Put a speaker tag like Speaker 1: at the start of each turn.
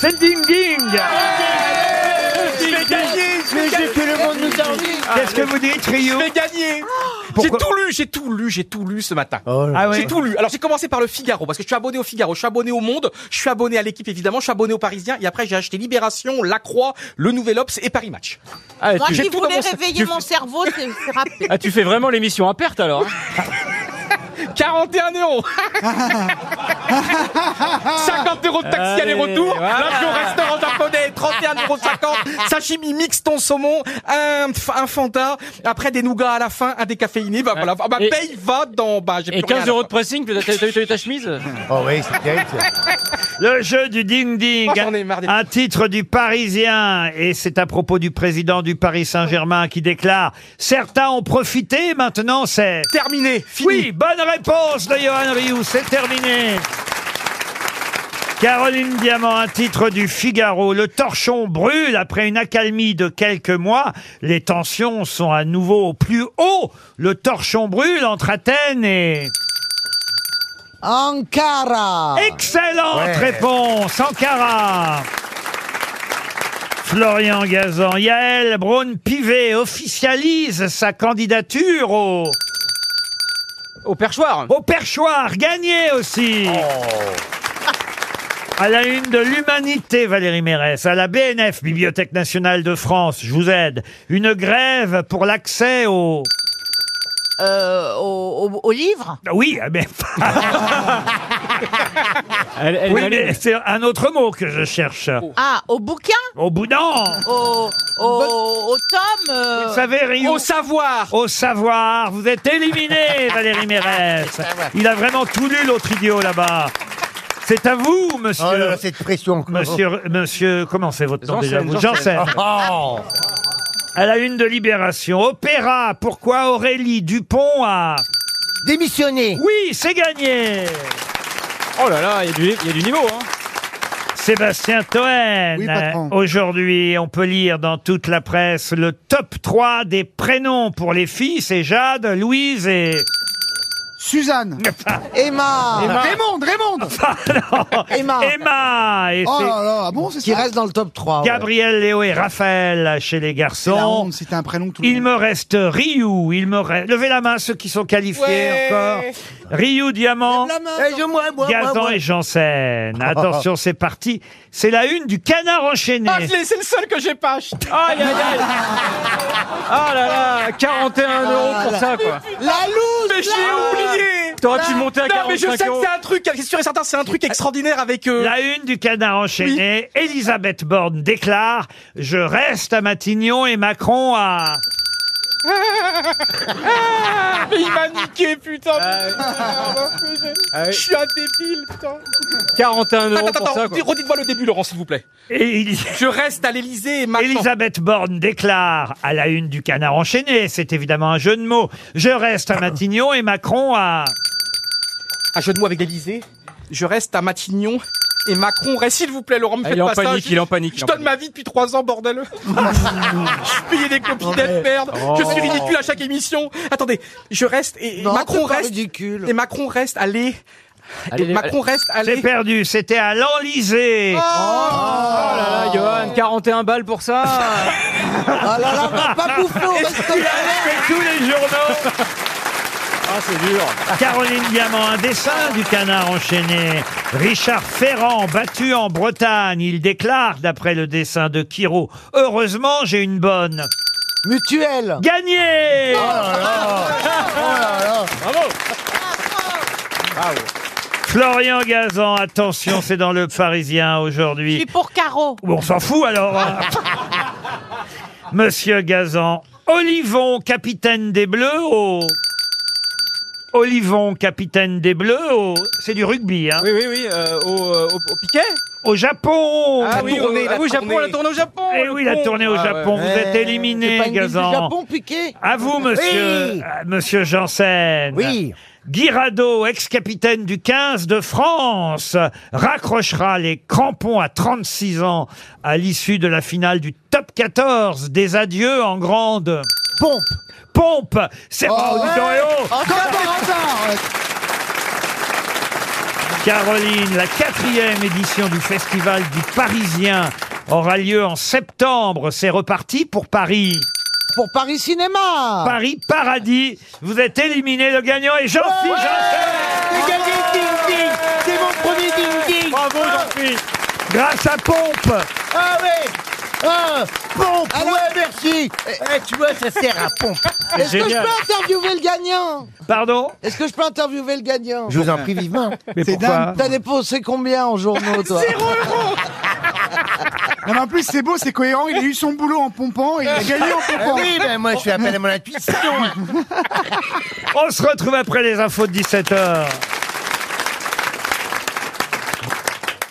Speaker 1: c'est le ding-ding
Speaker 2: Je vais gagner Je vais gagner le monde nous a envie
Speaker 1: Qu'est-ce que vous dites,
Speaker 2: Je
Speaker 1: Rio
Speaker 2: vais gagner J'ai
Speaker 1: Pourquoi
Speaker 2: tout lu, Ah, j'ai tout lu, j'ai tout lu ce matin.
Speaker 1: Ah ouais
Speaker 2: J'ai tout lu. Alors j'ai commencé par le Figaro parce que je suis abonné au Figaro, je suis abonné au Monde, je suis abonné à l'équipe évidemment, je suis abonné au Parisien et après j'ai acheté Libération, La Croix, Le Nouvel Obs et Paris Match.
Speaker 3: Moi
Speaker 2: J'ai
Speaker 3: qui
Speaker 2: tout dans
Speaker 3: voulais
Speaker 2: mon sac.
Speaker 3: réveiller mon cerveau, c'est c'est rapide.
Speaker 4: Ah, tu fais vraiment l'émission à perte alors
Speaker 2: 41 euros 50 euros de taxi
Speaker 4: Allez,
Speaker 2: aller-retour,
Speaker 4: voilà.
Speaker 2: là au restaurant japonais, 31,50 euros sashimi mix ton saumon, un, f- un Fanta, après des nougats à la fin, un décaféiné, bah voilà, bah
Speaker 4: Et-
Speaker 2: paye, va dans, bah j'ai
Speaker 4: Et
Speaker 2: plus rien à
Speaker 4: 15 euros de pressing, t'as t'as- t'as eu ta chemise
Speaker 5: Oh oui, c'est terrible.
Speaker 1: Le jeu du ding-ding.
Speaker 2: Oh, j'en ai marre des-
Speaker 1: un titre du Parisien. Et c'est à propos du président du Paris Saint-Germain qui déclare Certains ont profité, maintenant c'est.
Speaker 2: Terminé, fini.
Speaker 1: Oui, bonne réponse de Johan Rioux, c'est terminé. Caroline Diamant, un titre du Figaro. Le torchon brûle après une accalmie de quelques mois. Les tensions sont à nouveau au plus haut. Le torchon brûle entre Athènes et...
Speaker 3: Ankara
Speaker 1: Excellente
Speaker 5: Ouais.
Speaker 1: réponse, Ankara. Florian Gazan, Yael Braun-Pivet officialise sa candidature au,
Speaker 4: Au perchoir
Speaker 1: au perchoir, gagné aussi. À la une de l'humanité, Valérie Mérès, à la BNF, Bibliothèque nationale de France, je vous aide, une grève pour l'accès au...
Speaker 3: euh, au, au- au livre
Speaker 1: Ah Oui, mais,
Speaker 4: Elle, elle
Speaker 1: oui,
Speaker 4: m'allume.
Speaker 1: mais c'est un autre mot que je cherche.
Speaker 3: Ah, au bouquin
Speaker 1: Au boudin,
Speaker 3: Euh, Au, au, au tome euh,
Speaker 1: vous savez, Rio.
Speaker 2: Au savoir
Speaker 1: Au savoir, vous êtes éliminé, Valérie Mérès. Il a vraiment tout lu, l'autre idiot, là-bas. C'est à vous, monsieur.
Speaker 5: Oh là là, cette pression. encore.
Speaker 1: Monsieur, monsieur, comment c'est votre nom
Speaker 4: Janssen,
Speaker 1: déjà vous
Speaker 4: Janssen.
Speaker 1: Janssen.
Speaker 5: Oh.
Speaker 1: À la une de Libération. Opéra, pourquoi Aurélie Dupont a...
Speaker 5: Démissionner.
Speaker 1: Oui, c'est gagné
Speaker 4: Oh là là, il y a du- il y, a du niveau hein
Speaker 1: Sébastien Toen.
Speaker 6: Oui, patron.
Speaker 1: Euh, Aujourd'hui, on peut lire dans toute la presse le top 3 des prénoms pour les filles. C'est Jade, Louise et...
Speaker 6: Suzanne.
Speaker 3: Emma
Speaker 6: Raymond, Raymond
Speaker 3: Emma
Speaker 1: Emma et
Speaker 6: Oh
Speaker 1: c'est-
Speaker 6: là là, ah bon, c'est
Speaker 3: Qui
Speaker 6: ça
Speaker 3: reste dans le top 3.
Speaker 1: Gabriel, Léo et Raphaël chez les
Speaker 6: C'est la
Speaker 1: garçons.
Speaker 6: honte, c'était un prénom que tout le
Speaker 1: Il
Speaker 6: monde.
Speaker 1: me reste Ryu, il me reste... Levez la main ceux qui sont qualifiés encore. Ryu, Diamant,
Speaker 5: Eh, je- moi, moi, moi,
Speaker 1: Gazan
Speaker 5: moi.
Speaker 1: et Janssen. Attention, c'est parti. C'est la une du canard enchaîné.
Speaker 4: Eh.
Speaker 2: Ah, je l'ai- c'est le seul que j'ai pas acheté.
Speaker 4: Aïe aïe aïe Ah là là
Speaker 2: Ah
Speaker 4: 41 euros pour ça quoi
Speaker 3: La loose
Speaker 2: Mais je l'ai oublié
Speaker 4: T'aurais pu monter à
Speaker 2: Ah. Non, mais je sais
Speaker 4: 45
Speaker 2: que
Speaker 4: euros
Speaker 2: c'est un truc, c'est sûr et certain, c'est un truc extraordinaire avec... euh,
Speaker 1: La une du canard enchaîné. Elisabeth Borne déclare Je reste à Matignon et Macron à.
Speaker 2: Mais il m'a niqué, putain
Speaker 4: Ah oui. Ah
Speaker 2: Je
Speaker 4: oui.
Speaker 2: suis un débile, putain
Speaker 4: 41 euros
Speaker 2: Attends,
Speaker 4: pour
Speaker 2: attends,
Speaker 4: ça
Speaker 2: attends,
Speaker 4: quoi.
Speaker 2: redis- redis-moi le début, Laurent, s'il vous plaît.
Speaker 1: Et il-
Speaker 2: Je reste à l'Elysée et maintenant...
Speaker 1: Elisabeth Borne déclare à la une du canard enchaîné, c'est évidemment un jeu de mots. Je reste à Matignon et Macron à.
Speaker 2: Un jeu de mots avec l'Elysée. Je reste à Matignon. Et Macron reste, s'il vous plaît, Laurent, me
Speaker 4: Ah,
Speaker 2: faites
Speaker 4: il est en
Speaker 2: pas ça.
Speaker 4: panique,
Speaker 2: Je-
Speaker 4: il est en panique, il
Speaker 2: Je
Speaker 4: est en
Speaker 2: donne ma vie depuis trois ans, bordel. je suis payé des copies d'être merde. Je
Speaker 4: Oh.
Speaker 2: suis ridicule à chaque émission. Attendez, je reste et et
Speaker 3: Non,
Speaker 2: Macron
Speaker 3: c'est pas
Speaker 2: reste.
Speaker 3: ridicule.
Speaker 2: Et Macron reste, allez.
Speaker 4: Allez,
Speaker 2: et Macron reste,
Speaker 1: J'ai
Speaker 2: allez.
Speaker 1: perdu, c'était à l'Enlisée.
Speaker 4: Oh là là, Johan, 41 balles pour ça
Speaker 3: Ah là là, va pas bouffer au resto
Speaker 1: tous les journaux.
Speaker 4: Ah c'est dur
Speaker 1: Caroline Diamant, un dessin du canard enchaîné. Richard Ferrand, battu en Bretagne, il déclare, d'après le dessin de Kiro, heureusement j'ai une bonne.
Speaker 3: Mutuelle
Speaker 1: Gagné Florian Gazan, attention, c'est dans le Parisien
Speaker 3: Je suis
Speaker 1: aujourd'hui.
Speaker 3: pour Caro
Speaker 1: Bon, on s'en fout alors. hein. Monsieur Gazan, Olivon, capitaine des Bleus au... Olivon, capitaine des Bleus au... C'est du rugby, hein.
Speaker 4: Oui oui oui, euh, au, euh, au, au piquet
Speaker 1: Au Japon
Speaker 4: Ah
Speaker 2: La
Speaker 4: oui,
Speaker 2: tournée,
Speaker 4: au-
Speaker 2: la
Speaker 4: ah oui, au Japon,
Speaker 2: tournée.
Speaker 4: la tournée au Japon
Speaker 1: Eh
Speaker 4: le
Speaker 1: oui, la
Speaker 4: con.
Speaker 1: tournée au
Speaker 4: Ah,
Speaker 1: Japon,
Speaker 4: ouais.
Speaker 1: vous êtes éliminé, Gazan.
Speaker 3: piqué
Speaker 1: À vous, monsieur, euh,
Speaker 3: Oui.
Speaker 1: monsieur Janssen.
Speaker 5: Oui.
Speaker 1: Guy Radeau, ex-capitaine du 15 de France, raccrochera les crampons à 36 ans à l'issue de la finale du top 14 des adieux en grande pompe. Pompe
Speaker 5: Oh,
Speaker 3: Ah,
Speaker 1: C'est oh, dis donc, eh oh
Speaker 6: Comme par hasard
Speaker 1: Caroline, la quatrième édition du Festival du Parisien aura lieu en septembre. C'est reparti pour Paris.
Speaker 3: Pour Paris Cinéma
Speaker 1: Paris Paradis. Vous êtes éliminé, le gagnant est Jean-Philippe
Speaker 3: J'ai gagné Ding Ding C'est mon premier Ding Ding
Speaker 1: Bravo Jean-Philippe Grâce à Pompe
Speaker 5: Ah ouais Ah Pompe
Speaker 3: Alors-
Speaker 5: Ouais, merci Eh, Tu vois, ça sert à pompe.
Speaker 3: Est-ce que je
Speaker 1: Génial.
Speaker 3: peux interviewer le gagnant
Speaker 1: Pardon
Speaker 3: Est-ce que je peux interviewer le gagnant
Speaker 5: Je vous en prie vivement.
Speaker 1: Mais
Speaker 6: C'est
Speaker 1: pourquoi
Speaker 3: T'as dépensé combien en journaux, toi
Speaker 6: Non, mais en plus, c'est beau, c'est cohérent. Il a eu son boulot en pompant et il a gagné en
Speaker 5: Ah
Speaker 6: pompant.
Speaker 5: oui, ben moi, hein. je fais appel à mon intuition.
Speaker 1: On se retrouve après les infos de 17h.